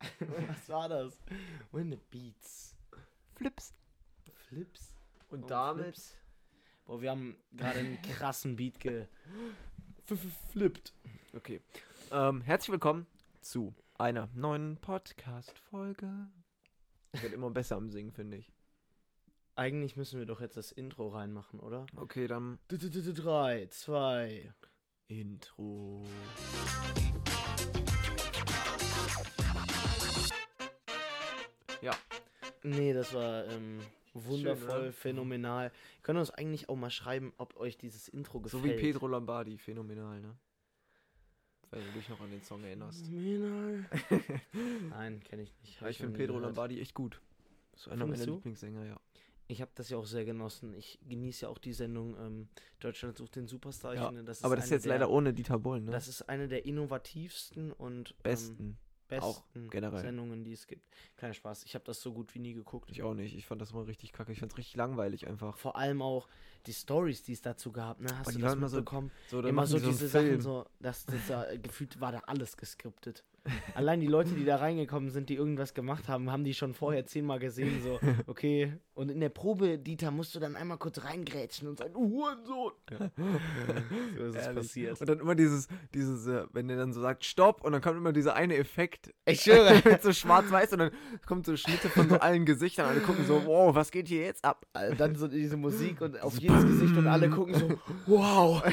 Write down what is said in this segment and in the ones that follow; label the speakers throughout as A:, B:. A: Was war das? Win the Beats.
B: Flips.
A: Flips.
B: Und,
A: Und
B: damit.
A: Flips. Boah, wir haben gerade einen krassen Beat ge. f- f- flippt.
B: Okay. Ähm, herzlich willkommen zu einer neuen Podcast-Folge. Wird immer besser am Singen, finde ich.
A: Eigentlich müssen wir doch jetzt das Intro reinmachen, oder?
B: Okay, dann.
A: D- d- d- Drei, zwei.
B: Intro.
A: Nee, das war ähm, wundervoll,
B: ne?
A: phänomenal. Könnt ihr uns eigentlich auch mal schreiben, ob euch dieses Intro gefällt?
B: So wie Pedro Lombardi, phänomenal, ne? Wenn du dich noch an den Song erinnerst.
A: Phänomenal. Nein, kenne ich nicht. Mhm. Hab
B: Ja, ich
A: noch
B: finde
A: nie
B: Pedro
A: gehört.
B: Lombardi echt gut. So einer meiner
A: Findest du?
B: Lieblingssänger, ja.
A: Ich habe das ja auch sehr genossen. Ich genieße ja auch die Sendung ähm, Deutschland sucht den Superstar. Ich
B: Ja,
A: finde, das ist
B: Aber das ist
A: eine
B: jetzt
A: der,
B: leider ohne Dieter Bohlen, ne?
A: Das ist eine der innovativsten und Ähm,
B: Besten.
A: besten
B: Auch generell.
A: Sendungen, die es gibt. Kleiner Spaß. Ich habe das so gut wie nie geguckt.
B: Ich auch nicht. Ich fand das mal richtig kacke. Ich fand's richtig langweilig einfach.
A: Vor allem auch die Stories, die es dazu gab. Ne? Hast
B: die
A: du
B: waren
A: das
B: immer so-
A: mitbekommen?
B: So, dann
A: immer
B: machen
A: so
B: die einen
A: diese Sachen
B: Film.
A: so, dass das da, gefühlt war da alles geskriptet. Allein die Leute, die da reingekommen sind, die irgendwas gemacht haben, haben die schon vorher zehnmal gesehen. So, okay. Und in der Probe, Dieter, musst du dann einmal kurz reingrätschen und sagen, du Hurensohn. So ist es
B: Ehrlich.
A: passiert.
B: Und dann immer dieses, dieses, äh, wenn der dann so sagt, stopp, und dann kommt immer dieser eine Effekt.
A: Ich schwöre.
B: Mit so schwarz-weiß und dann kommt so Schnitte von so allen Gesichtern. Alle gucken so, wow, was geht hier jetzt ab?
A: Äh, Dann so diese Musik und auf jedes Gesicht und alle gucken so, wow.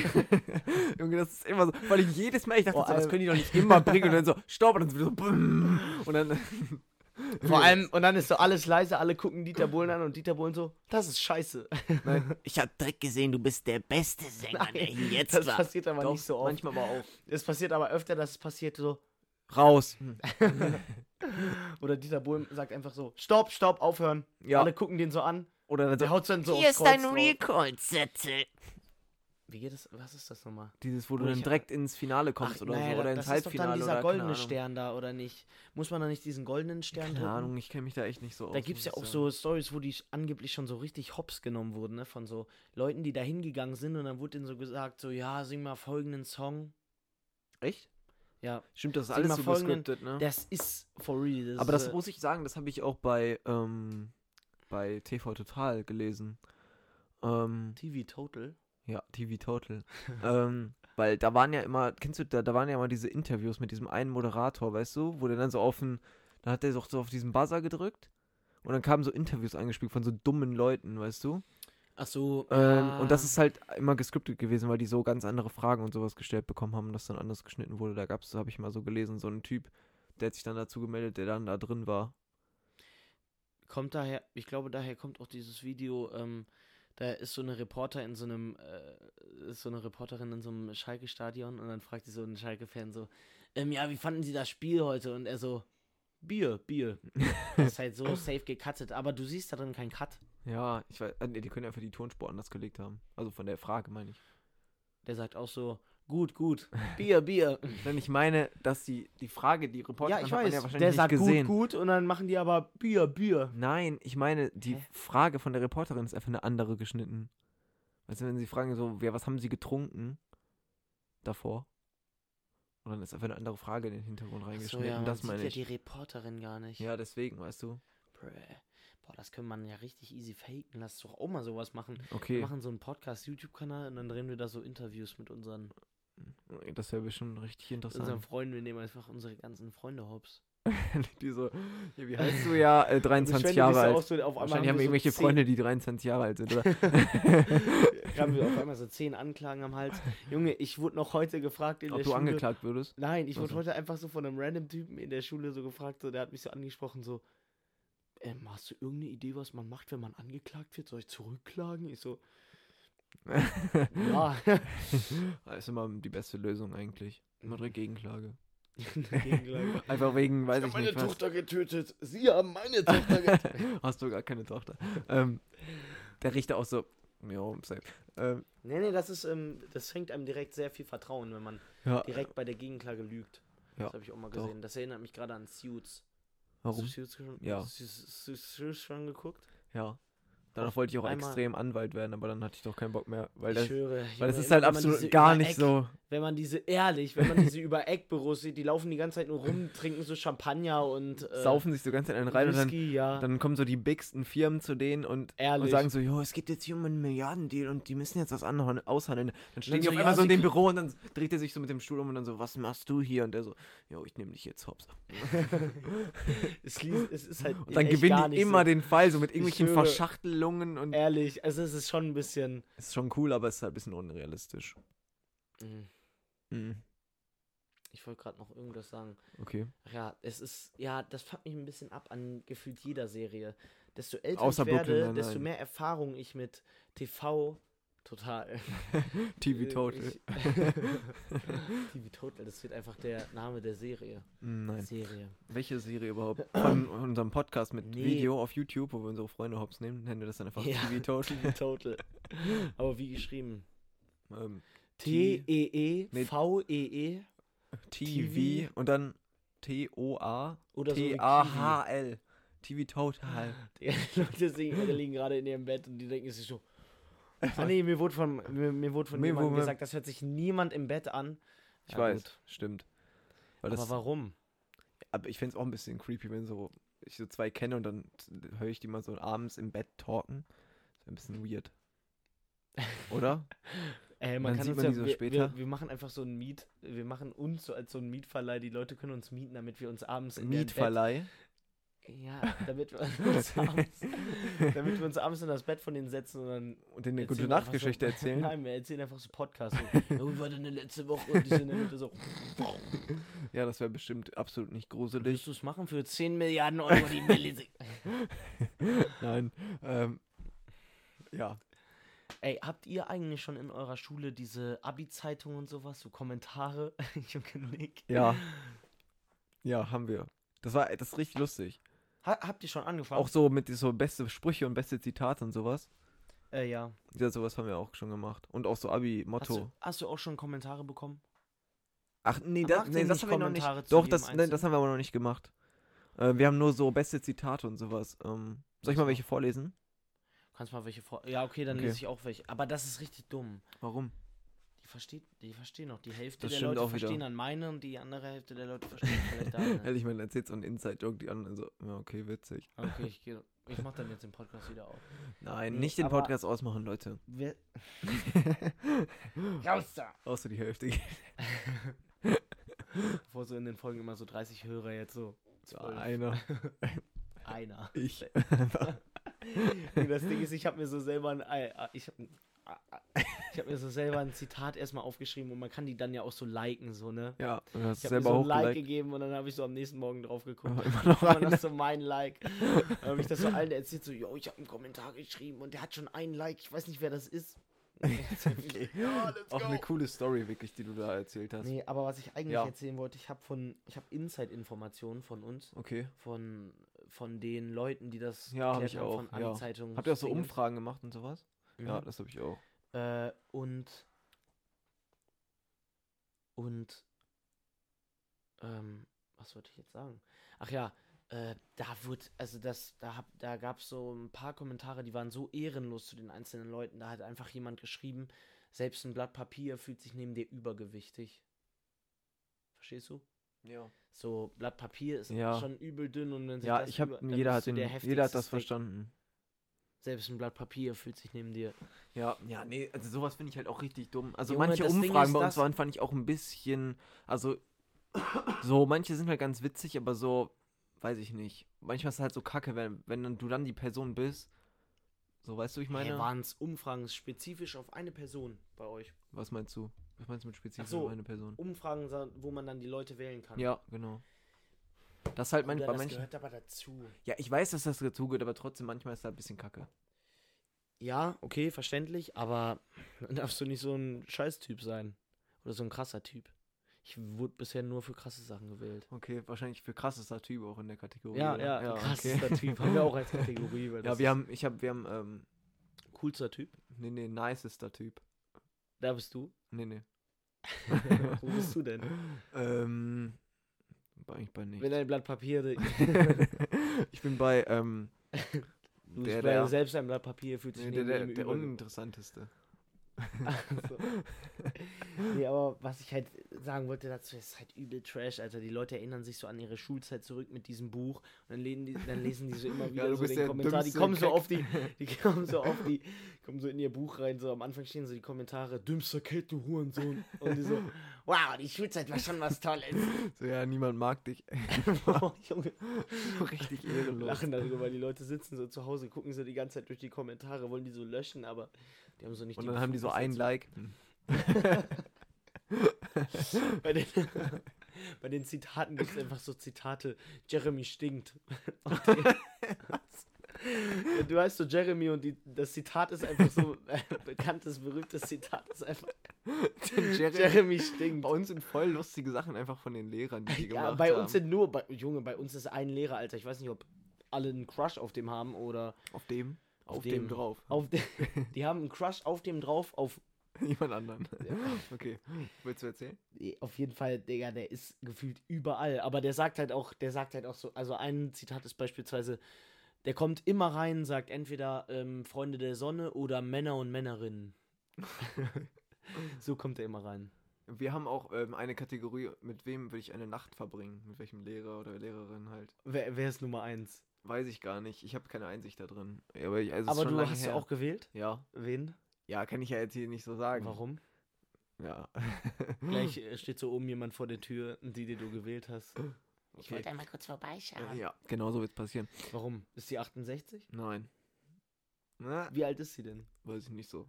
B: Junge, das ist immer so. Weil ich jedes Mal, ich dachte,
A: Vor
B: so, das
A: allem-
B: können die doch nicht immer bringen. Und dann so, stopp, und dann so, bumm. Und dann,
A: Vor allem, und dann ist so alles leise, alle gucken Dieter Bohlen an und Dieter Bohlen so, das ist scheiße.
B: nein,
C: Ich hab direkt gesehen, du bist der beste Sänger,
B: Ah,
C: der hier jetzt
A: das
C: war.
A: passiert aber
B: doch,
A: nicht so oft.
B: manchmal aber auch.
A: Es passiert aber öfter, dass es passiert so,
B: Raus.
A: Hm. Oder Dieter Bohlen sagt einfach so: Stopp, stopp, aufhören.
B: Ja.
A: Alle gucken den so an.
B: Oder dann so,
A: Der haut dann so
C: Hier
A: aufs
C: ist
A: Kreuz
C: dein
A: drauf.
C: Recall-Zettel.
A: Wie geht das? Was ist das nochmal?
B: dieses, wo du
A: Oder
B: dann
A: ich-
B: direkt ins Finale kommst oder
A: naja,
B: so. Oder
A: da-
B: ins
A: das ist doch
B: Halbfinale
A: dann dieser
B: oder keine
A: goldene
B: Ahnung.
A: Stern da, oder nicht? Muss man da nicht diesen goldenen Stern
B: Keine
A: drücken?
B: Ahnung, ich kenne mich da echt nicht so aus.
A: Da gibt es
B: muss
A: ja
B: ich
A: auch so
B: sagen.
A: Stories, wo die sch- angeblich schon so richtig hops genommen wurden, ne? Von so Leuten, die da hingegangen sind und dann wurde denen so gesagt: So, ja, sing mal folgenden Song.
B: Echt?
A: Ja,
B: Stimmt, das ist
A: Sing
B: alles
A: mal
B: so
A: folgenden-
B: gescriptet, ne?
A: das ist for real.
B: Aber das
A: ist, äh,
B: muss ich sagen, das habe ich auch bei, ähm, bei TV Total gelesen. Ähm,
A: TV Total.
B: ja, TV Total. ähm, weil da waren ja immer, kennst du, da, da waren ja immer diese Interviews mit diesem einen Moderator, weißt du, wo der dann so auf den, da hat der doch so auf diesen Buzzer gedrückt und dann kamen so Interviews angespielt von so dummen Leuten, weißt du?
A: Ach so.
B: Ähm, Und das
A: ah.
B: ist halt immer gescriptet gewesen, weil die so ganz andere Fragen und sowas gestellt bekommen haben und das dann anders geschnitten wurde. Da gab's, habe ich mal so gelesen, so einen Typ, der hat sich dann dazu gemeldet, der dann da drin war.
A: kommt daher, ich glaube, daher kommt auch dieses Video, ähm, da ist so eine Reporter in so einem, äh, ist so eine Reporterin in so einem Schalke-Stadion und dann fragt sie so einen Schalke-Fan so, ähm, ja, wie fanden Sie das Spiel heute? Und er so, Bier, Bier. das ist halt so safe gecuttet, aber du siehst da drin keinen Cut.
B: Ja, ich weiß, ah, nee, die können einfach die Tonspur anders gelegt haben. Also von der Frage meine ich.
A: Der sagt auch so, gut, gut, Bier, Bier.
B: Denn ich meine, dass die, die Frage, die
A: ja,
B: Reporter
A: ich
B: hat man
A: weiß,
B: ja
A: der
B: wahrscheinlich nicht
A: sagt
B: gesehen.
A: gut, gut und dann machen die aber Bier, Bier.
B: Nein, ich meine, die
A: Hä?
B: Frage von der Reporterin ist einfach eine andere geschnitten. Weißt du, wenn sie fragen so, ja, was haben sie getrunken davor? Und dann ist einfach eine andere Frage in den Hintergrund
A: Achso,
B: reingeschnitten.
A: ja, man
B: das
A: sieht
B: meine
A: ja
B: ich.
A: die Reporterin gar nicht.
B: Ja, deswegen, weißt du.
A: Bruh. Boah, das könnte man ja richtig easy faken. Lass doch auch mal sowas machen. Wir
B: Okay,
A: machen so einen Podcast-YouTube-Kanal und dann drehen wir da so Interviews mit unseren,
B: das wäre bestimmt richtig
A: unseren
B: interessant.
A: Freunden. Wir nehmen einfach unsere ganzen Freunde hops.
B: die so, ja, wie heißt du ja? Äh, 23 Jahre alt.
A: So, auf einmal
B: Wahrscheinlich haben wir
A: so
B: irgendwelche
A: zehn-
B: Freunde, die 23 Jahre alt sind, oder?
A: haben wir auf einmal so zehn Anklagen am Hals. Junge, ich wurde noch heute gefragt in
B: Ob
A: der
B: du
A: Schule.
B: angeklagt würdest?
A: Nein, ich wurde
B: Also.
A: heute einfach so von einem random Typen in der Schule so gefragt, so, der hat mich so angesprochen, so, ähm, hast du irgendeine Idee, was man macht, wenn man angeklagt wird? Soll ich zurückklagen? Ich so, ja.
B: Das ist immer die beste Lösung eigentlich.
A: Mhm.
B: Immer direkt Gegenklage.
A: Dagegen, glaub ich.
B: Einfach wegen, weiß ich, nicht was.
A: getötet. Sie haben meine Tochter
B: Hast du gar keine Tochter. Ähm, der Richter auch so, ja, safe. Ähm,
A: Nee, nee, das ist, ähm, das schenkt einem direkt sehr viel Vertrauen, wenn man
B: ja,
A: direkt bei der Gegenklage lügt.
B: Ja,
A: das habe ich auch mal
B: doch.
A: gesehen. Das erinnert mich gerade an Suits.
B: warum?
A: Hast du Suits schon,
B: Ja.
A: Suits, Suits schon geguckt?
B: Ja. Danach wollte ich auch
A: einmal-
B: extrem Anwalt werden, aber dann hatte ich doch keinen Bock mehr, weil
A: ich
B: das,
A: schwöre.
B: weil das
A: Junge,
B: ist halt
A: wenn man
B: absolut
A: diese
B: gar
A: über
B: nicht
A: Eck-
B: so.
A: Wenn man diese, ehrlich, wenn man diese über Eckbüros sieht, die laufen die ganze Zeit nur rum, trinken so Champagner und äh,
B: Saufen sich so ganz in einen rein und dann
A: Whisky, ja.
B: Dann kommen so die bigsten Firmen zu denen und, und
A: Ehrlich.
B: sagen so, jo, es geht jetzt hier um einen Milliardendeal und die müssen jetzt was anhauen- aushandeln. Dann stehen
A: Dann
B: die
A: so,
B: auf
A: ja,
B: einmal so in
A: sie
B: dem Büro und dann dreht er sich so mit dem Stuhl um und dann so, was machst du hier? Und der so, jo, ich nehme dich jetzt hops.
A: es, liest, es ist halt.
B: Und dann
A: echt gar
B: gewinnen die
A: nicht
B: immer
A: so.
B: den Fall, so mit irgendwelchen
A: schwöre.
B: Verschachtelungen und
A: Ehrlich, also es ist schon ein bisschen.
B: ist schon cool, aber ist halt ein bisschen unrealistisch.
A: Mm,
B: Mhm.
A: Ich wollte gerade noch irgendwas sagen.
B: Okay.
A: Ach ja, es ist. Ja, das fuckt mich ein bisschen ab an gefühlt jeder Serie. Desto älter
B: Außer
A: ich werde,
B: Brooklyn Nine-Nine.
A: desto mehr Erfahrung ich mit TV. Total.
B: TV
A: Äh,
B: Total.
A: ich- TV Total, das wird einfach der Name der Serie.
B: Mm, Nein.
A: Serie.
B: Welche Serie überhaupt? Von unserem Podcast mit
A: Nee.
B: Video auf YouTube, wo wir unsere Freunde hops nehmen, nennen wir das dann einfach
A: Ja.
B: TV Total.
A: TV Total. Aber wie geschrieben?
B: ähm, T- Nee.
A: T-E-E-V-E-E.
B: TV und dann T-O-A.
A: Oder so E wie
B: T-A-H-L. TV Total.
A: Die Leute singen, die liegen gerade in ihrem Bett und die denken sich so. Ah nee, mir wurde von, mir, mir wurde von
B: Mir
A: jemandem
B: wurde-
A: gesagt, das hört sich niemand im Bett an.
B: Ich
A: Ja,
B: weiß,
A: gut.
B: stimmt. Weil
A: Aber
B: das, aber,
A: warum?
B: ich fände es auch ein bisschen creepy, wenn so ich so zwei kenne und dann höre ich die mal so abends im Bett talken. Das wäre ein bisschen weird. Oder?
A: Äh, man
B: dann
A: kann
B: sieht
A: uns
B: man
A: ja,
B: die so
A: wir,
B: später.
A: Wir, wir machen einfach so ein Miet, wir machen uns so als so ein Mietverleih. Die Leute können uns mieten, damit wir uns abends in deren
B: Mietverleih.
A: Bett, ja, damit wir uns abends, damit wir uns abends in das Bett von denen setzen und dann
B: Und denen eine
A: erzählen
B: gute
A: wir einfach
B: Nachtgeschichte
A: so,
B: erzählen.
A: Nein, wir erzählen einfach so Podcasts. So, "Ja, wie war denn die letzte Woche? Und die sind in der Mitte so.
B: Ja, das wäre bestimmt absolut nicht gruselig.
A: Willst du es machen für 10 Milliarden Euro die Millise
B: Nein. Ähm, ja.
A: Ey, habt ihr eigentlich schon in eurer Schule diese Abi-Zeitung und sowas, so Kommentare? Junge Nick.
B: Ja. Ja, haben wir. Das war das ist richtig lustig.
A: Ha habt ihr schon angefangen?
B: Auch so mit so beste Sprüche und beste Zitate und sowas.
A: Äh, ja.
B: Ja, sowas haben wir auch schon gemacht. Und auch so
A: Hast du,
B: Abi-Motto.
A: hast du auch schon Kommentare bekommen?
B: Ach nee,
A: Aber
B: das,
A: macht
B: nee,
A: ihr
B: das
A: nicht
B: haben wir noch
A: Kommentare
B: nicht.
A: zu
B: Doch,
A: jedem
B: das, nein, das haben wir aber noch nicht gemacht. Äh, wir haben nur so beste Zitate und sowas. Ähm, soll ich mal
A: So.
B: welche vorlesen?
A: Kannst mal welche vor. Ja, okay, dann
B: Okay.
A: lese ich auch welche. Aber das ist richtig dumm.
B: Warum?
A: Die versteht, die verstehen noch. Die Hälfte
B: Das
A: der
B: stimmt
A: Leute
B: auch wieder.
A: verstehen dann meine und die andere Hälfte der Leute verstehen vielleicht deine.
B: Ehrlich, man erzählt so einen Inside-Joke, die anderen so, ja, okay, witzig.
A: Okay, ich, geh- ich mach dann jetzt den Podcast wieder auf.
B: Nein,
A: Nee,
B: nicht den
A: aber-
B: Podcast ausmachen, Leute.
A: Wer- Raus da!
B: Außer die Hälfte.
A: Bevor so in den Folgen immer so 30 Hörer jetzt so.
B: So
A: Zwölf.
B: einer.
A: Einer.
B: Ich.
A: Nee, das Ding ist, ich habe mir so selber ein, Ei- ah, ich hab, ein- ah, ah, ich hab mir so selber ein Zitat erstmal aufgeschrieben und man kann die dann ja auch so liken, so, ne?
B: ja, du hast
A: Ich habe mir
B: selber
A: so ein Like
B: hochgeliked.
A: gegeben und dann habe ich so am nächsten Morgen drauf geguckt.
B: immer noch
A: Immer noch
B: einer.
A: so mein Like. Dann habe ich das so allen erzählt, so, yo, ich habe einen Kommentar geschrieben und der hat schon einen Like, ich weiß nicht, wer das ist.
B: Okay.
A: Ja, let's
B: Auch eine
A: go.
B: coole Story, wirklich, die du da erzählt hast.
A: Nee, aber was ich eigentlich
B: Ja.
A: erzählen wollte, ich habe von, ich habe Inside-Informationen von uns,
B: Okay.
A: von, von den Leuten, die das
B: Ja, hab
A: geklärt
B: ich
A: haben,
B: auch,
A: von
B: ja.
A: Abi-Zeitungen.
B: Habt ihr auch so
A: Dingens.
B: Umfragen gemacht und sowas? Ja,
A: Mhm.
B: das habe ich auch.
A: Äh, und und ähm, was wollte ich jetzt sagen? Ach ja, äh, da wurde, also das, da hab, da gab es so ein paar Kommentare, die waren so ehrenlos zu den einzelnen Leuten. Da hat einfach jemand geschrieben, selbst ein Blatt Papier fühlt sich neben dir übergewichtig. Verstehst du?
B: Ja,
A: So Blatt Papier ist
B: Ja.
A: schon übel dünn und wenn sich
B: ja
A: das
B: ich habe
A: über- dann
B: jeder
A: bist
B: hat
A: du
B: den,
A: der
B: jeder hat
A: heftigste
B: das
A: Steak.
B: verstanden.
A: Selbst ein Blatt Papier fühlt sich neben dir
B: Ja, ja, nee, also sowas finde ich halt auch richtig dumm. Also
A: Junge,
B: manche
A: das Ding
B: Umfragen
A: ist,
B: bei uns
A: dass-
B: waren, fand ich auch ein bisschen, also so, manche sind halt ganz witzig, aber so, weiß ich nicht. Manchmal ist es halt so kacke, wenn, wenn dann du dann die Person bist. So, weißt du, ich meine,
A: Hey, waren es Umfragen spezifisch auf eine Person bei euch?
B: was meinst du? Was meinst du mit spezifisch
A: Ach so.
B: auf eine Person?
A: Umfragen, sa- wo man dann die Leute wählen kann.
B: Ja, genau. Das ist halt
A: Bruder,
B: manchmal, bei
A: das
B: manchen,
A: gehört aber dazu.
B: ja, ich weiß, dass das dazugehört, aber trotzdem, manchmal ist da ein bisschen kacke.
A: Ja, okay, verständlich, aber dann darfst du nicht so ein Scheißtyp sein. Oder so ein krasser Typ. Ich wurde bisher nur für krasse Sachen gewählt.
B: Okay, wahrscheinlich für krassester Typ auch in der Kategorie.
A: Ja,
B: oder?
A: ja,
B: okay.
A: krassester Typ haben wir auch als Kategorie. Weil
B: Ja,
A: das
B: wir
A: ist
B: haben, ich hab, wir haben, ähm,
A: coolster Typ.
B: nee, nee, nicester Typ.
A: Da bist du.
B: Nee, nee.
A: Wo bist du denn?
B: Ähm, bei- eigentlich bei
A: Wenn
B: nichts.
A: ein Blatt Papier.
B: ich bin bei, ähm,
A: Du
B: Der,
A: bist
B: der-
A: selbst ein Blatt Papier, fühlt sich
B: Nee, der, der,
A: neben ihm
B: der
A: über-
B: uninteressanteste.
A: Also. nee, aber was ich halt sagen wollte dazu, ist halt übel Trash, Alter. Die Leute erinnern sich so an ihre Schulzeit zurück mit diesem Buch und dann lesen die, dann lesen die so immer wieder
B: du
A: so
B: bist
A: den
B: der
A: Kommentar. Die
B: dümmste
A: kommen so
B: Kack.
A: auf die, die kommen so auf die, kommen so in ihr Buch rein, so am Anfang stehen so die Kommentare, dümmster Kid, du Hurensohn. Und die so, wow, die Schulzeit war schon was Tolles.
B: So, ja, niemand mag dich.
A: Boah, Junge.
B: So richtig ehrenlos.
A: Lachen darüber, weil die Leute sitzen so zu Hause, gucken so die ganze Zeit durch die Kommentare, wollen die so löschen, aber die haben so nicht
B: Und dann haben die Hm. so
A: Befugnis
B: ein
A: dazu.
B: Like.
A: Bei den, bei den Zitaten gibt es einfach so Zitate. Jeremy stinkt. Und die- du heißt so Jeremy und die, das Zitat ist einfach so äh, bekanntes, berühmtes Zitat ist einfach
B: Jerry,
A: Jeremy stinkt.
B: Bei uns sind voll lustige Sachen einfach von den Lehrern, die die gemacht
A: Ja, bei
B: haben.
A: uns sind nur, bei, Junge, bei uns ist ein Lehrer, Alter. Ich weiß nicht, ob alle einen Crush auf dem haben oder
B: auf dem,
A: auf
B: auf dem,
A: dem.
B: drauf.
A: auf de, die haben einen Crush auf dem drauf, auf
B: Niemand anderen. Okay, willst du erzählen?
A: Nee, Äh, auf jeden Fall, Digga, der ist gefühlt überall. Aber der sagt halt auch, der sagt halt auch so, also ein Zitat ist beispielsweise, der kommt immer rein, sagt entweder ähm, Freunde der Sonne oder Männer und Männerinnen. so kommt er immer rein.
B: Wir haben auch ähm, eine Kategorie, mit wem würde ich eine Nacht verbringen? Mit welchem Lehrer oder Lehrerin halt?
A: Wer, wer ist Nummer eins?
B: Weiß ich gar nicht. Ich habe keine Einsicht da drin. Aber, ich, also es ist
A: Aber
B: schon
A: du
B: lange
A: hast
B: her.
A: ja auch gewählt?
B: Ja.
A: Wen?
B: Ja, kann ich ja jetzt hier nicht so sagen.
A: Warum?
B: Ja.
A: Gleich äh, steht so oben jemand vor der Tür, die, die du gewählt hast.
C: Ich wollte einmal kurz vorbeischauen.
B: ja, genau so wird es passieren.
A: Warum? Ist die 68?
B: Nein. Na,
A: Wie alt ist sie denn?
B: weiß ich nicht so.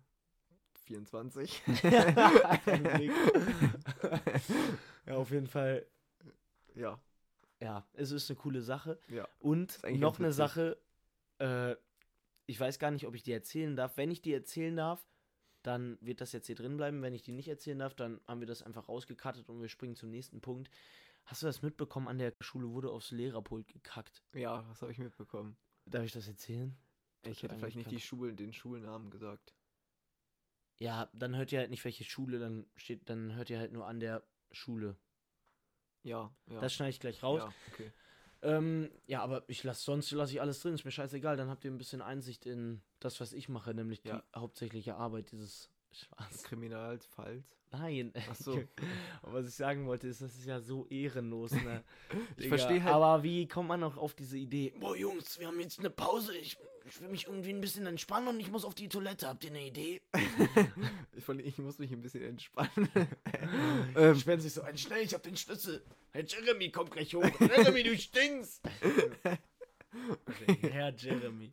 B: 24.
A: ja, auf jeden Fall
B: ja.
A: Ja, es ist eine coole Sache.
B: Ja.
A: Und
B: Ist eigentlich
A: noch
B: ganz
A: eine
B: witzig.
A: Sache, äh, ich weiß gar nicht, ob ich die erzählen darf. Wenn ich die erzählen darf, dann wird das jetzt hier drin bleiben. Wenn ich die nicht erzählen darf, dann haben wir das einfach rausgekattet und wir springen zum nächsten Punkt. Hast du das mitbekommen? An der Schule wurde aufs Lehrerpult gekackt.
B: Ja, das habe ich mitbekommen.
A: Darf ich das erzählen?
B: Ich hätte vielleicht nicht die Schulen, den Schulnamen gesagt.
A: Ja, dann hört ihr halt nicht, welche Schule, dann steht, dann hört ihr halt nur an der Schule.
B: Ja, ja.
A: Das schneide ich gleich raus.
B: Ja, okay.
A: Ähm, ja, aber ich lasse sonst lasse ich alles drin, ist mir scheißegal. Dann habt ihr ein bisschen Einsicht in das, was ich mache, nämlich
B: Ja.
A: die hauptsächliche Arbeit dieses Spaß.
B: Kriminalfalls.
A: Nein.
B: Ach so.
A: aber was ich sagen wollte, ist, das ist ja so ehrenlos, ne?
B: Ich
A: Digga,
B: verstehe halt.
A: Aber wie kommt man noch auf diese Idee? Boah, Jungs, wir haben jetzt eine Pause. Ich, ich will mich irgendwie ein bisschen entspannen und ich muss auf die Toilette. Habt ihr eine Idee?
B: Ich, ich muss mich ein bisschen entspannen. ähm,
A: Sperren sich so ein schnell, ich hab den Schlüssel. Herr Jeremy, komm gleich hoch. Jeremy, du stinkst. Herr Jeremy.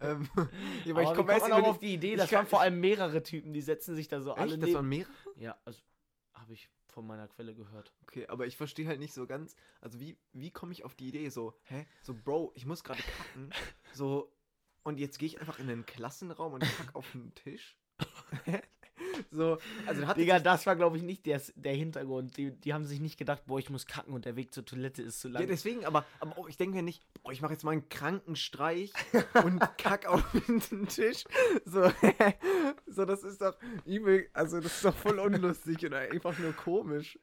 B: ähm, ja,
A: Aber
B: aber ich
A: wie kommt
B: komme erst
A: man auch
B: immer
A: auf
B: auf die.
A: die Idee,
B: ich
A: das
B: kann-
A: waren vor allem mehrere Typen, die setzen sich da so alle
B: Echt? Das
A: neben.
B: waren mehrere?
A: Ja, also habe ich von meiner Quelle gehört.
B: Okay, aber ich verstehe halt nicht so ganz. Also, wie, wie komme ich auf die Idee? So, hä? So, Bro, ich muss gerade kacken. So, und jetzt gehe ich einfach in den Klassenraum und kack auf den Tisch. so, also, da hat
A: Digga, das war glaube ich nicht der, der Hintergrund. Die, die haben sich nicht gedacht, boah, ich muss kacken und der Weg zur Toilette ist zu lang.
B: Ja, deswegen, aber, aber auch, ich denke mir nicht, boah, ich mache jetzt mal einen kranken Streich und kack auf den Tisch. So, so, das ist doch übel, also das ist doch voll unlustig und einfach nur komisch.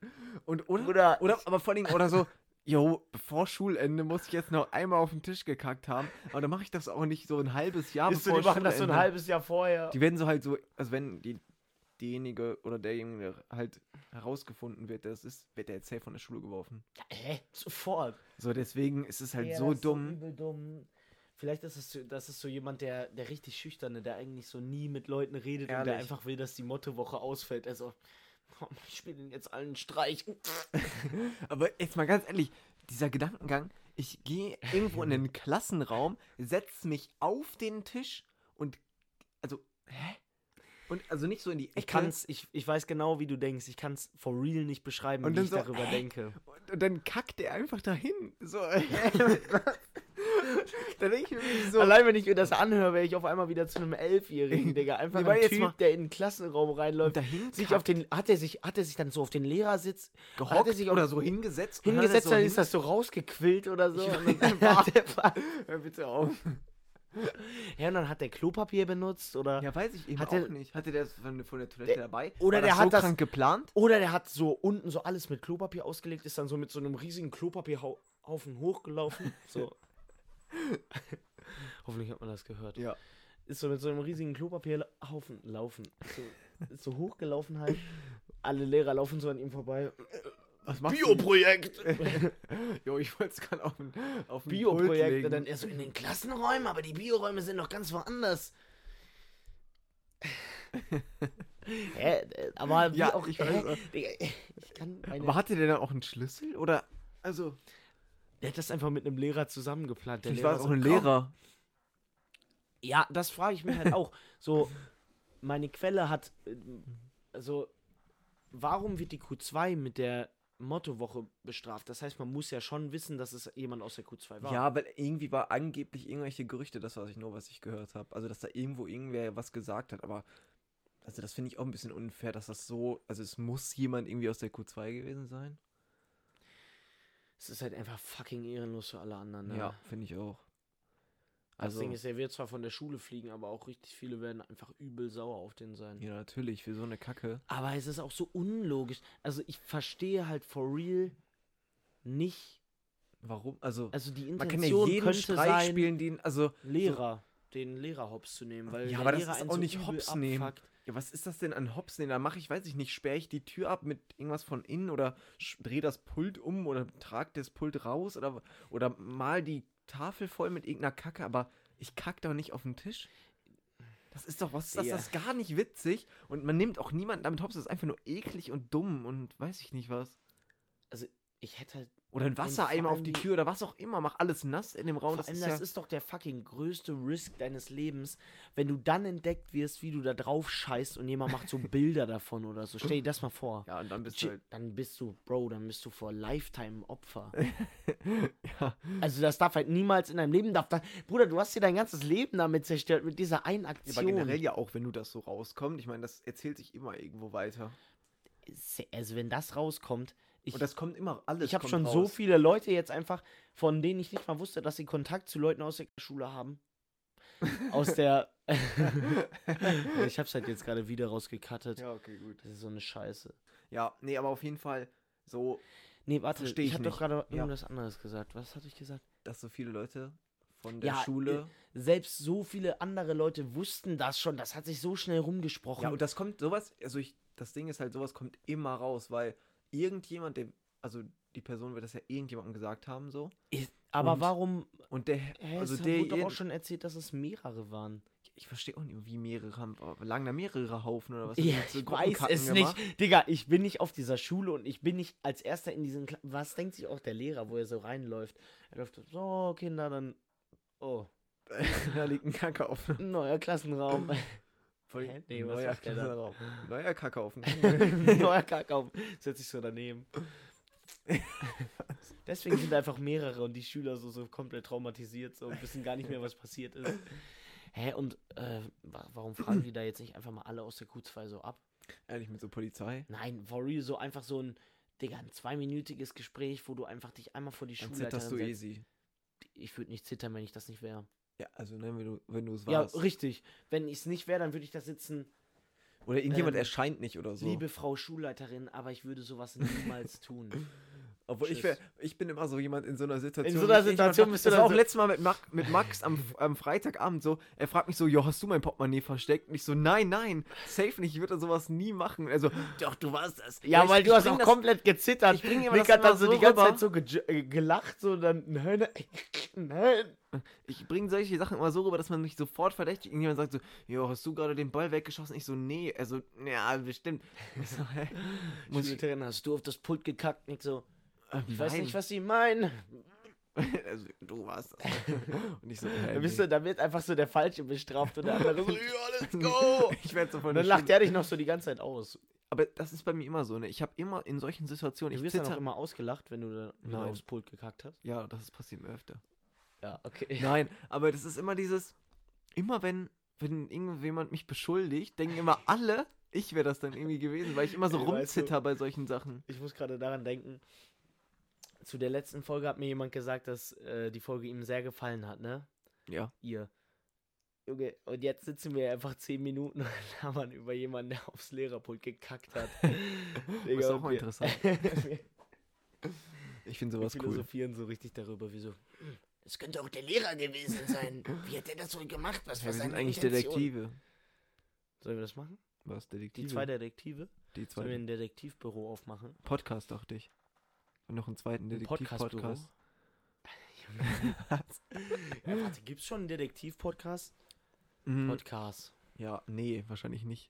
B: Und oder,
A: Bruder,
B: oder, aber vor allem, oder so, jo, bevor Schulende muss ich jetzt noch einmal auf den Tisch gekackt haben, aber dann mache ich das auch nicht so ein halbes Jahr
A: Bist du,
B: bevor
A: die machen das so ein
B: Schulende.
A: halbes Jahr vorher.
B: Die werden so halt so, also wenn die, diejenige oder derjenige halt herausgefunden wird, das ist, wird der jetzt safe von der Schule geworfen.
A: Hä? Sofort.
B: So, deswegen ist es halt
A: Ja,
B: so
A: das ist
B: dumm.
A: übel dumm. Vielleicht ist es so- das ist so jemand, der, der richtig schüchterne, der eigentlich so nie mit Leuten redet und der
B: Ehrlich.
A: einfach will, dass die Mottowoche ausfällt. Also, komm, ich spiele den jetzt allen Streich.
B: Aber jetzt mal ganz ehrlich, dieser Gedankengang, ich gehe irgendwo in den Klassenraum, setze mich auf den Tisch und also, hä? Und also nicht so in die Ecke.
A: Ich kann's, ich, ich weiß genau, wie du denkst. Ich kann's for real nicht beschreiben,
B: Und
A: wie
B: dann
A: ich
B: so,
A: darüber
B: äh,
A: denke.
B: Und, und dann kackt er einfach dahin. So, hä? da denke ich mir wirklich so.
A: Allein wenn ich mir das anhöre, wäre ich auf einmal wieder zu einem Elfjährigen, Digga. Einfach
B: Nee, weil
A: ein
B: jetzt
A: Typ,
B: mal-
A: der in den Klassenraum reinläuft.
B: dahin
A: Sich auf den, hat er sich, hat er sich dann so auf den Lehrersitz hat
B: gehockt
A: er sich auf-
B: oder so hingesetzt. und hat
A: hingesetzt,
B: das
A: dann
B: so
A: ist das so rausgequillt oder so.
B: Ich
A: Und dann,
B: weiß-
A: hat der-
B: hin- Hör bitte auf.
A: ja, und dann hat der Klopapier benutzt oder.
B: Ja, weiß ich eben
A: Hat
B: auch
A: der-
B: nicht. Hatte der das von, von der Toilette
A: Der-
B: dabei?
A: oder der
B: das
A: hat
B: so
A: das-
B: krank geplant?
A: Oder der hat so unten so alles mit Klopapier ausgelegt, ist dann so mit so einem riesigen Klopapierhaufen hochgelaufen. So. Hoffentlich hat man das gehört.
B: Ja.
A: Ist so mit so einem riesigen Klopapierhaufen laufen. Ist so, ist so hochgelaufen halt. Alle Lehrer laufen so an ihm vorbei.
B: Was
A: Bioprojekt!
B: Jo, ich wollte es gerade auf ein auf den Pult
A: Bioprojekt.
B: legen.
A: Und dann er so in den Klassenräumen, aber die Bioräume sind noch ganz woanders. Hä? Äh, Aber wie
B: Ja,
A: auch
B: ich
A: hä?
B: weiß äh, auch.
A: Digga, Ich kann meine,
B: Aber hatte der dann auch einen Schlüssel? Oder? Also,
A: Der hat das einfach mit einem Lehrer zusammengeplant. Der
B: ich
A: Lehrer
B: war auch
A: so,
B: ein
A: komm.
B: Lehrer.
A: Ja, das frage ich mich halt auch. So, meine Quelle hat, äh, also, warum wird die Q2 mit der Mottowoche bestraft? Das heißt, man muss ja schon wissen, dass es jemand aus der Q2 war.
B: Ja, weil irgendwie war angeblich irgendwelche Gerüchte, das was ich nur, was ich gehört habe. Also, dass da irgendwo irgendwer was gesagt hat, aber also das finde ich auch ein bisschen unfair, dass das so, also es muss jemand irgendwie aus der Q2 gewesen sein.
A: Es ist halt einfach fucking ehrenlos für alle anderen. Ne?
B: Ja, finde ich auch.
A: Das
B: Also,
A: Ding ist, er wird zwar von der Schule fliegen, aber auch richtig viele werden einfach übel sauer auf den sein.
B: ja, natürlich, für so eine Kacke.
A: Aber es ist auch so unlogisch. Also ich verstehe halt for real nicht.
B: Warum? Also,
A: Also die
B: man kann ja
A: Intention
B: jeden
A: könnte
B: Streich
A: sein,
B: spielen, den, also,
A: Lehrer, den Lehrer Hops zu nehmen, weil
B: Ja,
A: der
B: aber das
A: Lehrer
B: ist
A: einen
B: auch
A: so
B: nicht
A: übel
B: Hops nehmen.
A: abfuckt.
B: ja, was ist das denn an Hops? Nee, da mache ich, weiß ich nicht, sperre ich die Tür ab mit irgendwas von innen oder drehe das Pult um oder trage das Pult raus oder, oder mal die Tafel voll mit irgendeiner Kacke, aber ich kacke doch nicht auf den Tisch. Das ist doch, was ist das?
A: Ja.
B: Das ist gar nicht witzig und man nimmt auch niemanden damit Hops, das ist einfach nur eklig und dumm und weiß ich nicht was.
A: Ich hätte halt.
B: Oder ein
A: vor
B: Wassereimer auf
A: allem
B: die
A: die-
B: Tür oder was auch immer, mach alles nass in dem Raum.
A: Vor allem, das ist doch der fucking größte Risk deines Lebens, wenn du dann entdeckt wirst, wie du da drauf scheißt und jemand macht so Bilder davon oder so. Stell dir das mal vor.
B: ja, und dann bist
A: Chi-
B: du halt.
A: Dann bist du, Bro, dann bist du vor Lifetime Opfer.
B: ja,
A: Also das darf halt niemals in deinem Leben darf da, Bruder, du hast dir dein ganzes Leben damit zerstört mit dieser einen
B: aber
A: Aktion.
B: generell ja auch, wenn du das so rauskommt. Ich meine, das erzählt sich immer irgendwo weiter.
A: Se- also wenn das rauskommt, ich,
B: Und das kommt immer alles.
A: ich habe
B: kommt
A: schon so
B: raus.
A: viele Leute jetzt einfach, von denen ich nicht mal wusste, dass sie Kontakt zu Leuten aus der Schule haben. Aus der Ich hab's halt jetzt gerade wieder rausgekattet.
B: ja, okay, gut.
A: Das ist so eine Scheiße.
B: Ja, nee, aber auf jeden Fall so,
A: Nee, warte,
B: Versteh
A: ich,
B: ich
A: hab doch
B: nicht.
A: gerade
B: Ja.
A: irgendwas anderes gesagt. Was hatte ich gesagt?
B: dass so viele Leute von der
A: Ja, äh,
B: Schule.
A: Selbst so viele andere Leute wussten das schon. Das hat sich so schnell rumgesprochen.
B: Ja, und das kommt sowas, also ich, das Ding ist halt, sowas kommt immer raus, weil irgendjemand, der, also die Person wird das ja irgendjemandem gesagt haben, so.
A: Ich- aber
B: und-
A: warum
B: Und der,
A: Hä,
B: also
A: es
B: der,
A: wurde doch
B: jeden-
A: auch schon erzählt, dass es mehrere waren.
B: ich verstehe auch nicht, wie mehrere haben, aber lagen da mehrere Haufen oder was?
A: Ja,
B: Hast du
A: ich weiß
B: Gruppenkacken
A: es
B: gemacht?
A: nicht. Digga, ich bin nicht auf dieser Schule und ich bin nicht als erster in diesen Kla Was denkt sich auch der Lehrer, wo er so reinläuft? Er läuft so, so, Kinder, dann. Oh,
B: da liegt ein Kackhaufen.
A: neuer Klassenraum.
B: Voll
A: Hä? Nee, was
B: neuer
A: sagt der da?
B: Kackhaufen. Neuer Kackhaufen.
A: neuer Kackhaufen. Setzt sich so daneben. Deswegen sind einfach mehrere und die Schüler so, so komplett traumatisiert so und wissen gar nicht mehr, was passiert ist. Hä, und äh, wa- warum fragen die da jetzt nicht einfach mal alle aus der Q2 so ab?
B: Ehrlich, mit so Polizei.
A: Nein, for real, so einfach so ein, Digga, ein zweiminütiges Gespräch, wo du einfach dich einmal vor die
B: Dann
A: Schule
B: zitterst du
A: setzt.
B: easy.
A: Ich würde nicht zittern, wenn ich das nicht wäre.
B: Ja, also ne, wenn du, wenn du es
A: Ja,
B: warst.
A: richtig. Wenn ich es nicht wäre, dann würde ich da sitzen,
B: Oder irgendjemand
A: ähm,
B: erscheint nicht oder so.
A: liebe Frau Schulleiterin, aber ich würde sowas niemals tun.
B: Obwohl ich, wär, ich bin immer so jemand in so einer Situation.
A: In so einer
B: ich- ich
A: Situation
B: mach-
A: bist du
B: Das
A: dann
B: war auch
A: so-
B: letztes Mal mit, Max- mit Max am, am Freitagabend so. Er fragt mich so: Jo, hast du mein Portemonnaie versteckt? Und ich so: Nein, nein, safe nicht. Ich würde sowas nie machen. Also, doch, du warst das.
A: Ja,
B: ich,
A: weil du
B: ich
A: hast
B: bring
A: auch
B: das-
A: komplett gezittert.
B: Ich bringe immer
A: Nick
B: das
A: hat
B: immer
A: dann
B: so
A: so die ganze
B: rüber.
A: Zeit so ge- äh, gelacht, so dann, nein, nein, nein.
B: Ich bringe solche Sachen immer so rüber, dass man mich sofort verdächtigt. Irgendjemand sagt so: Jo, hast du gerade den Ball weggeschossen? Ich so: Nee. Also, ja, bestimmt. Ich so, hä? Muss ich,
A: Schulleiterin, hast du auf das Pult gekackt, Nick so, ich weiß nicht,
B: was.
A: was sie meinen.
B: Also, du warst das. Und ich so: hä,
A: Da, bist
B: nee.
A: du, da wird einfach so der Falsche bestraft und der andere so, ja, let's go.
B: Ich werde so von
A: Und dann
B: der Schule-
A: lacht er dich noch so die ganze Zeit aus.
B: Aber das ist bei mir immer so, ne? Ich habe immer in solchen Situationen,
A: Du
B: ich
A: wirst dann auch
B: zitter.
A: immer ausgelacht, wenn du dann wieder
B: Nein.
A: aufs Pult gekackt hast.
B: Ja, das passiert mir öfter.
A: Ja, okay.
B: Nein, aber das ist immer dieses, immer wenn, wenn irgendjemand mich beschuldigt, denken immer alle, ich wäre das dann irgendwie gewesen, weil ich immer so
A: Ey, weißt du-
B: rumzitter bei solchen Sachen.
A: Ich muss gerade daran denken, zu der letzten Folge hat mir jemand gesagt, dass äh, die Folge ihm sehr gefallen hat, ne?
B: Ja.
A: Ihr. Junge, und jetzt sitzen wir einfach 10 Minuten und labern über jemanden, der aufs Lehrerpult gekackt hat. Digga,
B: ist auch
A: und
B: mal
A: wir-
B: interessant.
A: wir
B: Ich finde sowas cool.
A: philosophieren so hm, richtig darüber, wieso.
C: Es könnte auch der Lehrer gewesen sein. Wie hat der das wohl gemacht? Was
B: Ja,
C: war
B: wir sind
C: seine
B: eigentlich
C: Intention?
B: Detektive.
A: Sollen wir das machen?
B: Was,
A: Die
B: Detektive?
A: zwei Detektive?
B: Die
A: Sollen wir
B: zwei.
A: ein Detektivbüro aufmachen?
B: Podcast, dachte ich. Und noch einen zweiten
A: Ein Podcastbüro?
B: Detektiv-Podcast.
A: ja, Äh, warte, gibt's schon einen Detektiv-Podcast?
B: Mhm.
A: Podcast.
B: Ja, nee, wahrscheinlich nicht.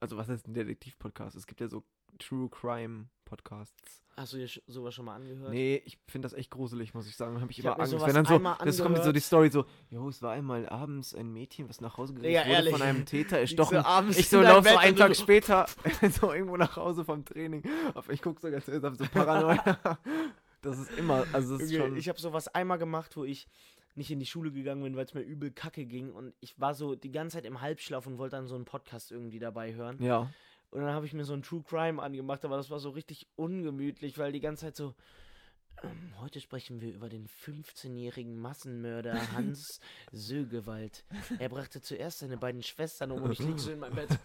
B: Also was ist ein Detektiv-Podcast? Es gibt ja so True Crime-Podcasts.
A: Hast du dir sch- sowas schon mal angehört?
B: Nee, ich finde das echt gruselig, muss ich sagen. Habe ich,
A: Ich
B: immer
A: hab mir
B: Angst.
A: sowas
B: Wenn dann so,
A: einmal
B: das kommt so
A: angehört.
B: die Story so, jo, es war einmal abends ein Mädchen, was nach Hause gegangen
A: Digga,
B: wurde
A: ehrlich.
B: von einem Täter
A: Ich so
B: erstochen.
A: abends
B: ich so
A: in deinem
B: laufe so
A: Bett
B: einen
A: und du
B: Tag später so irgendwo nach Hause vom Training. Aber ich gucke so ganz seltsam, so paranoia. das ist immer, also das ist
A: Junge,
B: schon...
A: Ich habe sowas einmal gemacht, wo ich nicht in die Schule gegangen bin, weil es mir übel kacke ging und ich war so die ganze Zeit im Halbschlaf und wollte dann so einen Podcast irgendwie dabei hören.
B: ja.
A: Und dann habe ich mir so einen True Crime angemacht, aber das war so richtig ungemütlich, weil die ganze Zeit so. Ähm, heute sprechen wir über den 15-jährigen Massenmörder Hans Sögewald. Er brachte zuerst seine beiden Schwestern um und ich lieg so in meinem Bett.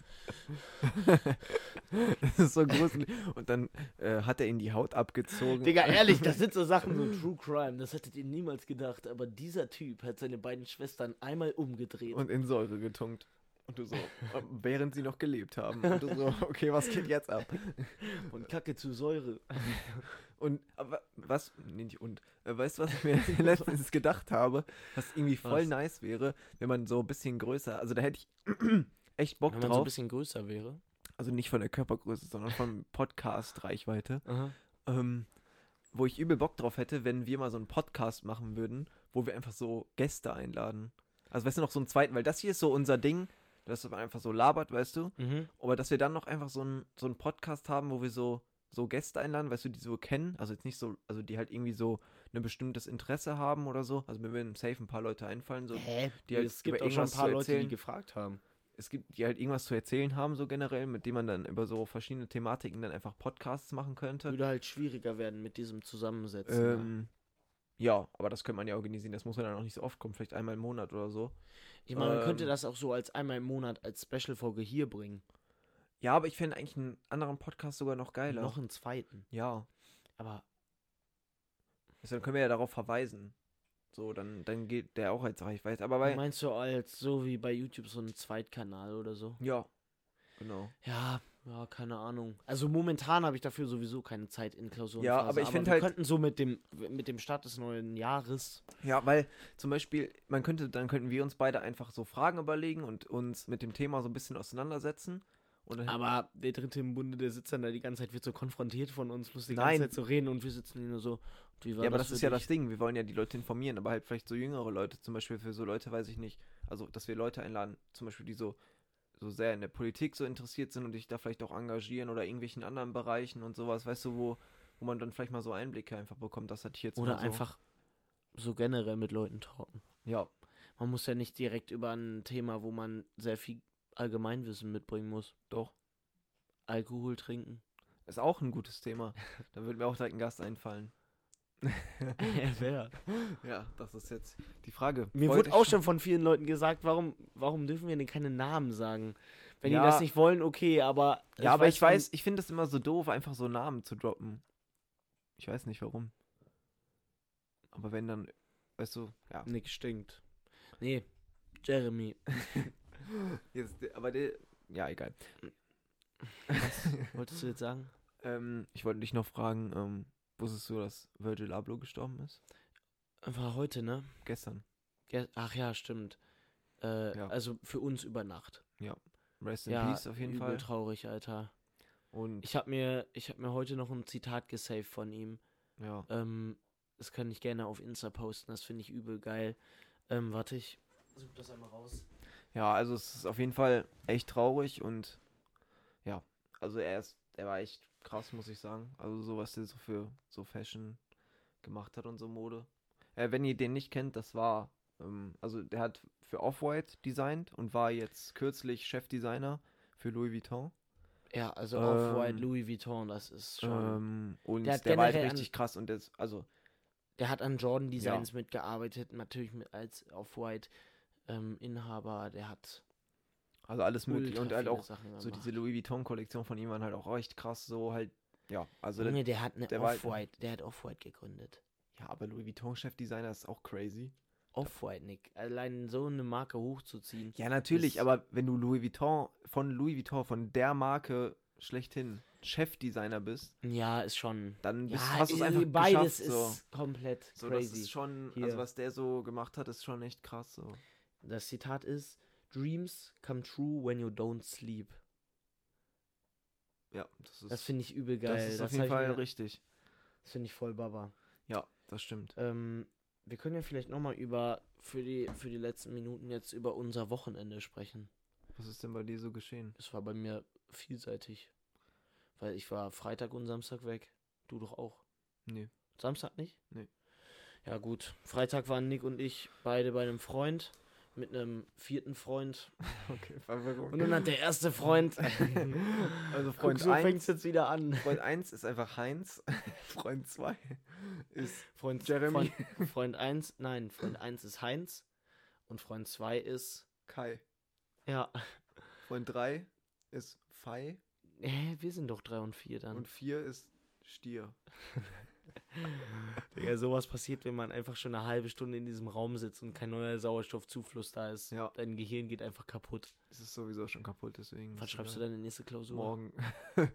B: das ist so gruselig. Und dann äh, hat er ihn die Haut abgezogen.
A: Digga, ehrlich, das sind so Sachen, so True Crime, das hättet ihr niemals gedacht, aber dieser Typ hat seine beiden Schwestern einmal umgedreht.
B: und in Säure getunkt. Und du so, äh, während sie noch gelebt haben. Und du so, okay, was geht jetzt ab?
A: Von Kacke zu Säure.
B: Und aber was, nee, nicht und, äh, weißt du, was ich mir letztens gedacht habe, was irgendwie voll
A: Was?
B: nice wäre, wenn man so ein bisschen größer, also da hätte ich echt Bock
A: Wenn man so ein
B: drauf,
A: bisschen größer wäre.
B: also nicht von der Körpergröße, sondern von Podcast-Reichweite, ähm, wo ich übel Bock drauf hätte, wenn wir mal so einen Podcast machen würden, wo wir einfach so Gäste einladen. Also weißt du, noch so einen zweiten, weil das hier ist so unser Ding, dass man einfach so labert, weißt du,
A: Mhm.
B: Aber dass wir dann noch einfach so einen so einen Podcast haben, wo wir so, so Gäste einladen, weißt du, die so kennen, also jetzt nicht so, also die halt irgendwie so ein bestimmtes Interesse haben oder so. Also mir werden safe ein paar Leute einfallen, so
A: Hä?
B: die halt
A: es gibt
B: über
A: auch schon ein
B: irgendwas
A: paar
B: zu
A: Leute, die
B: erzählen.
A: gefragt haben.
B: es gibt, die halt irgendwas zu erzählen haben, so generell, mit dem man dann über so verschiedene Thematiken dann einfach Podcasts machen könnte.
A: Würde halt schwieriger werden mit diesem Zusammensetzen. ne? ja.
B: Ähm, ja, aber das könnte man ja organisieren, das muss man dann auch nicht so oft kommen, vielleicht einmal im Monat oder so.
A: Ich meine, man könnte
B: Ähm.
A: das auch so als einmal im Monat als Special-Folge hier bringen.
B: Ja, aber ich fände eigentlich einen anderen Podcast sogar noch geiler.
A: Noch einen zweiten.
B: ja.
A: Aber
B: Also dann können wir ja darauf verweisen. So, dann, dann geht der auch als Reichweite. Aber weil,
A: meinst du als so wie bei YouTube so einen Zweitkanal oder so?
B: Ja, genau.
A: Ja, ja, keine Ahnung. Also momentan habe ich dafür sowieso keine Zeit in Klausuren.
B: Ja, aber ich find
A: wir
B: halt-
A: könnten so mit dem mit dem Start des neuen Jahres.
B: Ja, weil zum Beispiel, man könnte, dann könnten wir uns beide einfach so Fragen überlegen und uns mit dem Thema so ein bisschen auseinandersetzen. Und dann,
A: Aber der dritte im Bunde, der sitzt dann da die ganze Zeit, wird so konfrontiert von uns, muss die
B: Nein.
A: ganze Zeit so reden und wir sitzen hier nur so. und Wie war
B: ja, aber das
A: für
B: ist ja
A: dich?
B: das Ding. Wir wollen ja die Leute informieren, aber halt vielleicht so jüngere Leute, zum Beispiel für so Leute, weiß ich nicht. Also, dass wir Leute einladen, zum Beispiel, die so, so sehr in der Politik so interessiert sind und sich da vielleicht auch engagieren oder irgendwelchen anderen Bereichen und sowas, weißt du, wo, wo man dann vielleicht mal so Einblicke einfach bekommt. Das hat hier jetzt
A: Oder
B: mal so,
A: einfach so generell mit Leuten talken.
B: Ja,
A: Man muss ja nicht direkt über ein Thema, wo man sehr viel Allgemeinwissen mitbringen muss.
B: Doch.
A: Alkohol trinken.
B: Ist auch ein gutes Thema. Da würde mir auch direkt ein Gast einfallen.
A: Wer?
B: ja, das ist jetzt die Frage.
A: Mir
B: Wollt
A: wurde
B: ihr
A: auch schon von vielen Leuten gesagt, warum, warum dürfen wir denn keine Namen sagen? Wenn
B: Ja.
A: die das nicht wollen, okay, aber.
B: Ja, aber ich
A: von-
B: weiß, ich finde es immer so doof, einfach so Namen zu droppen. Ich weiß nicht warum. Aber wenn dann, weißt du, ja.
A: Nick stinkt. Nee, Jeremy.
B: Jetzt, der- aber der, ja, egal.
A: Wolltest du jetzt sagen?
B: ähm, ich wollte dich noch fragen, ähm, wusstest du, dass Virgil Abloh gestorben ist?
A: War heute, ne?
B: Gestern.
A: Ge- Ach ja, stimmt. Äh,
B: Ja.
A: Also für uns über Nacht.
B: Rest in
A: ja,
B: Peace auf jeden
A: übel
B: Fall.
A: traurig, Alter.
B: Und
A: Ich habe mir, ich hab mir heute noch ein Zitat gesaved von ihm.
B: ja,
A: Ähm, das kann ich gerne auf Insta posten, das finde ich übel geil. Ähm, warte, ich such das einmal raus.
B: Ja, also es ist auf jeden Fall echt traurig und ja, also er ist, er war echt krass, muss ich sagen. Also so, was der so für so Fashion gemacht hat und so Mode. Äh, wenn ihr den nicht kennt, das war, ähm, also der hat für Off-White designt und war jetzt kürzlich Chefdesigner für Louis Vuitton.
A: Ja, also auf White
B: Ähm,
A: Louis Vuitton, das ist schon.
B: Ähm, und
A: Der
B: der,
A: hat
B: war halt
A: generell an-
B: richtig krass und der ist, also
A: Der hat an Jordan Designs mitgearbeitet, natürlich mit, als auf White ähm, Inhaber, der hat
B: also alles mögliche
A: ultra
B: und halt
A: viele
B: auch
A: Sachen
B: so
A: gemacht.
B: diese Louis Vuitton Kollektion von ihm waren halt auch echt krass, so halt ja, also
A: Junge, der hat eine
B: der war halt-
A: Off-White, der hat Off-White gegründet.
B: Ja, aber Louis Vuitton-Chefdesigner ist auch crazy.
A: Off-White, Nick. Allein so eine Marke hochzuziehen.
B: Ja, natürlich,
A: Ist-
B: aber wenn du Louis Vuitton, von Louis Vuitton, von der Marke schlechthin Chefdesigner bist,
A: Ja, ist schon.
B: dann bist,
A: Ja,
B: hast du es
A: äh,
B: einfach
A: beides
B: geschafft. so.
A: ist komplett
B: So, das
A: crazy.
B: ist schon,
A: Hier.
B: also was der so gemacht hat, ist schon echt krass. So.
A: Das Zitat ist: Dreams come true when you don't sleep.
B: Ja, das ist,
A: Das finde ich übel geil.
B: das ist auf jeden
A: hab ich
B: Fall
A: mir-
B: richtig.
A: Das finde ich voll baba.
B: Ja, das stimmt.
A: Ähm, wir können ja vielleicht nochmal über, für die, für die letzten Minuten jetzt über unser Wochenende sprechen.
B: Was ist denn bei dir so geschehen?
A: Es war bei mir vielseitig. Weil ich war Freitag und Samstag weg. Du doch auch.
B: Nee.
A: Samstag nicht?
B: Nee.
A: Ja, gut. Freitag waren Nick und ich beide bei einem Freund. Mit einem vierten Freund.
B: Okay, Verwirrung.
A: Und nun hat der erste Freund.
B: also
A: Freund
B: Freund
A: so fängt
B: 1,
A: es jetzt wieder an.
B: Freund 1 ist einfach Heinz, Freund 2 ist
A: Freund
B: Jeremy.
A: Freund, Freund 1, nein, Freund 1 ist Heinz. Und Freund 2 ist.
B: Kai,
A: Ja.
B: Freund 3 ist Fei
A: Hä, wir sind doch 3 und 4 dann.
B: und 4 ist Stier.
A: Digga, sowas passiert, wenn man einfach schon eine halbe Stunde in diesem Raum sitzt und kein neuer Sauerstoffzufluss da ist.
B: Ja.
A: Dein Gehirn geht einfach kaputt.
B: Es ist sowieso schon kaputt, deswegen.
A: Wann
B: ist
A: schreibst du
B: egal.
A: deine nächste Klausur?
B: Morgen.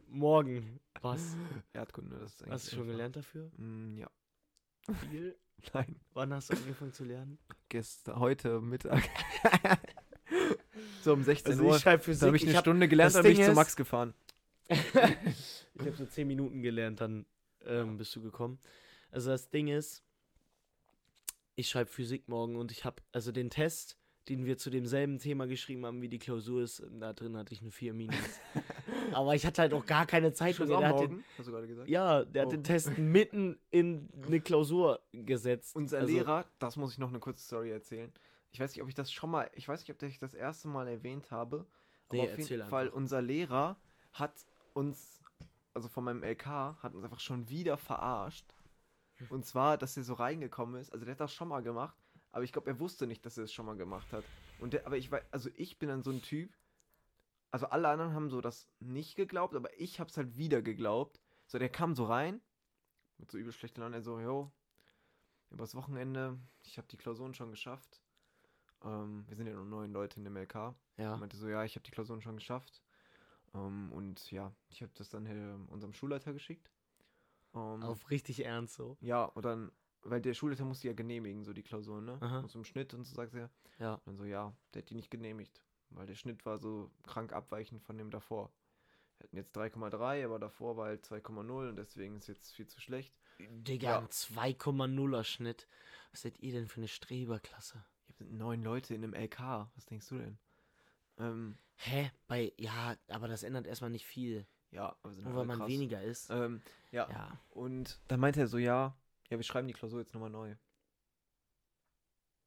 A: Morgen. Was?
B: Erdkunde, das ist eigentlich.
A: Hast du schon
B: einfach.
A: gelernt dafür?
B: Mm, ja.
A: Viel?
B: Nein,
A: Wann hast du angefangen zu lernen?
B: gestern, heute Mittag. so um 16 Uhr.
A: schreibe Also Physik.
B: Da habe ich eine Stunde gelernt,
A: das
B: dann bin
A: Ding
B: ich zu
A: ist-
B: Max gefahren.
A: ich habe so zehn Minuten gelernt, dann ähm, bist du gekommen. Also das Ding ist, ich schreibe Physik morgen und ich habe, also den Test, den wir zu demselben Thema geschrieben haben, wie die Klausur ist, ähm, da drin hatte ich eine 4 Minus. Aber ich hatte halt auch gar keine Zeit.
B: Schon
A: Junge, der hat den,
B: hast du gerade gesagt.
A: ja, der
B: Oh.
A: hat den Test mitten in eine Klausur gesetzt.
B: Unser
A: Also,
B: Lehrer, das muss ich noch eine kurze Story erzählen. Ich weiß nicht, ob ich das schon mal, ich weiß nicht, ob ich das erste Mal erwähnt habe, aber
A: Nee,
B: auf
A: erzähl
B: jeden
A: einfach.
B: Fall unser Lehrer hat uns, also von meinem LK, hat uns einfach schon wieder verarscht.
A: Hm.
B: Und zwar, dass er so reingekommen ist, also der hat das schon mal gemacht, aber ich glaube, er wusste nicht, dass er es schon mal gemacht hat. Und der, aber ich weiß, also ich bin dann so ein Typ, also alle anderen haben so das nicht geglaubt, aber ich hab's halt wieder geglaubt. So, der kam so rein, mit so übel schlechter Laune, er so, yo, übers Wochenende, ich habe die Klausuren schon geschafft. Ähm, wir sind ja nur neun Leute in dem LK. Er
A: Ja,
B: meinte so, ja, ich habe die Klausuren schon geschafft. Ähm, und ja, ich habe das dann ähm, unserem Schulleiter geschickt. Ähm,
A: auf richtig ernst so.
B: ja, und dann, weil der Schulleiter muss die ja genehmigen, so die Klausuren, ne?
A: Aha.
B: Und zum Schnitt und so sagt er.
A: Ja.
B: Und dann so, ja, der hat die nicht genehmigt, weil der Schnitt war so krank abweichend von dem davor. Wir hatten jetzt 3,3, aber davor war halt 2,0 und deswegen ist jetzt viel zu schlecht.
A: Digga,
B: Ja.
A: ein 2,0er Schnitt. Was seid ihr denn für eine Streberklasse?
B: Hier sind neun Leute in einem LK. Was denkst du denn? Ähm,
A: Hä? Bei, ja, aber das ändert erstmal nicht viel.
B: ja, also
A: Nur weil man weniger ist.
B: Ähm, ja.
A: ja.
B: Und dann meinte er so, ja, ja, wir schreiben die Klausur jetzt nochmal neu.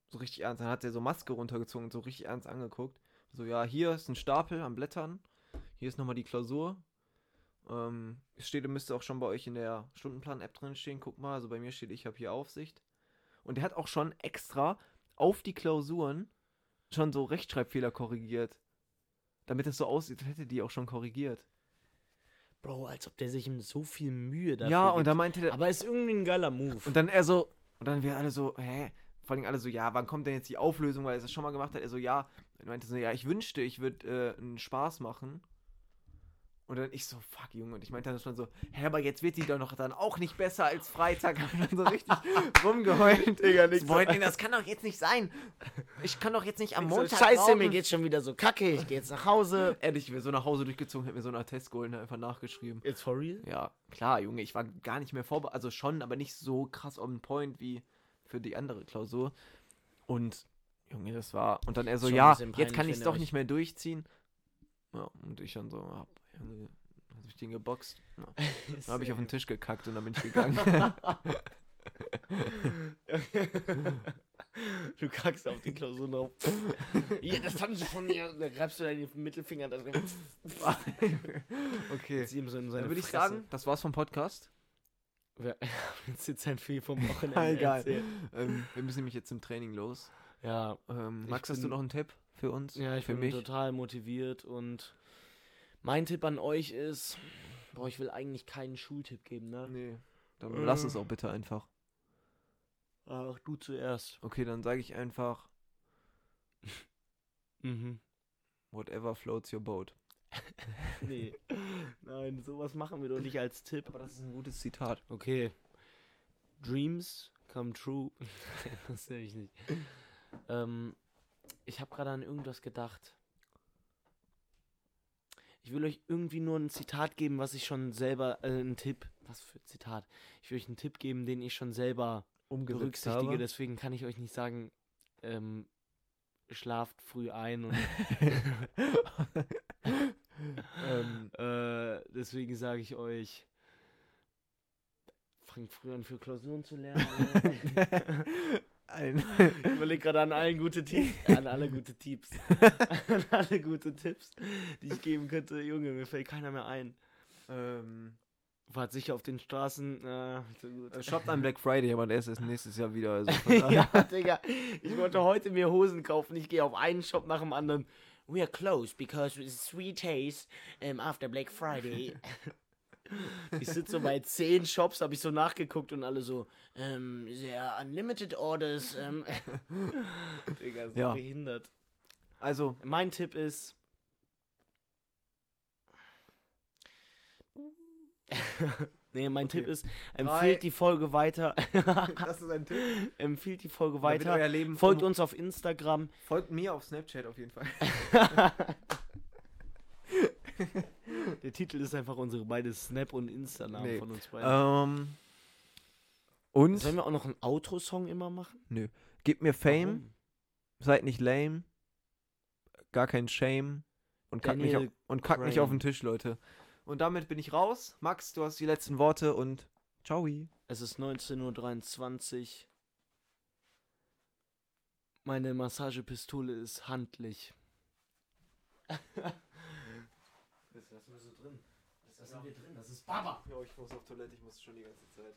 B: So richtig ernst. Dann hat er so Maske runtergezogen und so richtig ernst angeguckt. So, ja, hier ist ein Stapel an Blättern. Hier ist nochmal die Klausur. Ähm, es steht, müsste auch schon bei euch in der Stundenplan-App drin stehen. Guck mal, also bei mir steht, ich habe hier Aufsicht. Und der hat auch schon extra auf die Klausuren schon so Rechtschreibfehler korrigiert. Damit es so aussieht, als hätte die auch schon korrigiert.
A: Bro, als ob der sich ihm so viel Mühe dafür
B: ja, und
A: gibt.
B: dann meinte der,
A: Aber ist irgendwie ein geiler Move.
B: Und dann er so, und dann wir alle so, hä? Vor allem alle so, ja, wann kommt denn jetzt die Auflösung, weil er das schon mal gemacht hat? Er so, ja. Er meinte so, ja, ich wünschte, ich würde äh, einen Spaß machen. Und dann ich so, fuck, Junge. Und ich meinte dann schon so, hä, aber jetzt wird die doch noch dann auch nicht besser als Freitag. Hab dann so richtig rumgeheult. Digga,
A: nix.
B: das kann doch jetzt nicht sein. Ich kann doch jetzt nicht am Montag.
A: so, Scheiße, mir
B: morgen-
A: geht's schon wieder so kacke. Ich gehe jetzt nach Hause.
B: Ehrlich, ich wäre so nach Hause durchgezogen, hätte mir so einen Attest geholt und einfach nachgeschrieben.
A: Jetzt for real?
B: Ja, klar, Junge, ich war gar nicht mehr vorbereitet. Also schon, aber nicht so krass on point wie für die andere Klausur. Und, Junge, das war. Und dann er so,
A: Schon ein
B: ja,
A: bisschen
B: jetzt
A: peinlich,
B: kann
A: wenn
B: ich es
A: ihr
B: doch
A: euch-
B: nicht mehr durchziehen. Ja, und ich dann so, hab, Junge, hab ich den geboxt. Ja. Dann habe ich auf den Tisch gekackt und dann bin ich gegangen.
A: Du kackst auf die Klausur drauf. ja, das haben sie von mir. Da greifst du deinen Mittelfinger da drin.
B: okay.
A: ihm so in
B: Dann
A: seine
B: würde ich
A: Fresse.
B: sagen, das war's vom Podcast.
A: Wir haben jetzt jetzt ein viel vom Wochenende
B: Ah, egal.
A: erzählt.
B: Ähm, wir müssen nämlich jetzt zum Training los.
A: Ja,
B: Ähm,
A: Ich
B: Max, hast du
A: bin-
B: noch einen Tipp für uns?
A: ja ich
B: für
A: bin
B: mich?
A: total motiviert und mein Tipp an euch ist, boah, ich will eigentlich keinen Schultipp geben, ne?
B: Nee. Dann
A: Äh.
B: lass es auch bitte einfach.
A: Ach, Ah, du zuerst.
B: Okay, dann sage ich einfach,
A: Mhm.
B: whatever floats your boat.
A: Nee. Nein, sowas machen wir doch nicht als Tipp.
B: Aber das ist ein gutes Zitat.
A: Okay. Dreams come true. das sehe ich nicht. ähm, ich habe gerade an irgendwas gedacht. Ich will euch irgendwie nur ein Zitat geben, was ich schon selber, äh, einen Tipp, was für ein Zitat. Ich will euch einen Tipp geben, den ich schon selber berücksichtige.
B: habe.
A: Deswegen kann ich euch nicht sagen, ähm, schlaft früh ein und
B: ähm,
A: Äh, deswegen sage ich euch, fangt früh an für Klausuren zu lernen.
B: ein,
A: ich überlege gerade an allen gute Tipps, an alle gute Tipps, an alle gute Tipps, die ich geben könnte. Junge, mir fällt keiner mehr ein.
B: ähm,
A: Fahrt sicher auf den Straßen. Äh, so gut.
B: äh, shoppt an Black Friday, aber der ist erst nächstes Jahr wieder. Also von daher-
A: ja, Digga, ich wollte heute mir Hosen kaufen. Ich gehe auf einen Shop nach dem anderen.
C: We are closed because it's three days um, after Black Friday.
A: Ich sitze so bei zehn Shops, habe ich so nachgeguckt und alle so,
C: um, there are unlimited orders. Um,
A: Digga, so
B: Ja.
A: behindert.
B: Also,
A: Mein Tipp ist. nee, mein Tipp
B: Okay.
A: ist,
B: Drei.
A: empfehlt die Folge weiter.
B: das ist ein Tipp.
A: empfehlt die Folge
B: Weiter.
A: weiter.
B: Euer Leben
A: Folgt
B: um,
A: uns auf Instagram.
B: folgt mir auf Snapchat auf jeden Fall.
A: Der Titel ist einfach unsere beide Snap- und Insta-Namen
B: Nee.
A: von uns beiden.
B: ähm, und
A: Sollen wir auch noch einen Outro-Song immer machen?
B: gebt mir Fame,
A: Warum?
B: seid nicht lame, gar kein Shame und kackt mich,
A: Daniel
B: au- und kackt mich auf
A: Crane.
B: den Tisch, Leute. Und damit bin ich raus. Max, du hast die letzten Worte und ciao.
A: Es ist 19.23 Uhr. Meine Massagepistole ist handlich.
B: Das lassen wir so drin. Das
A: lassen wir drin. Das ist Baba.
B: Ja, ich muss auf Toilette, ich muss schon die ganze Zeit.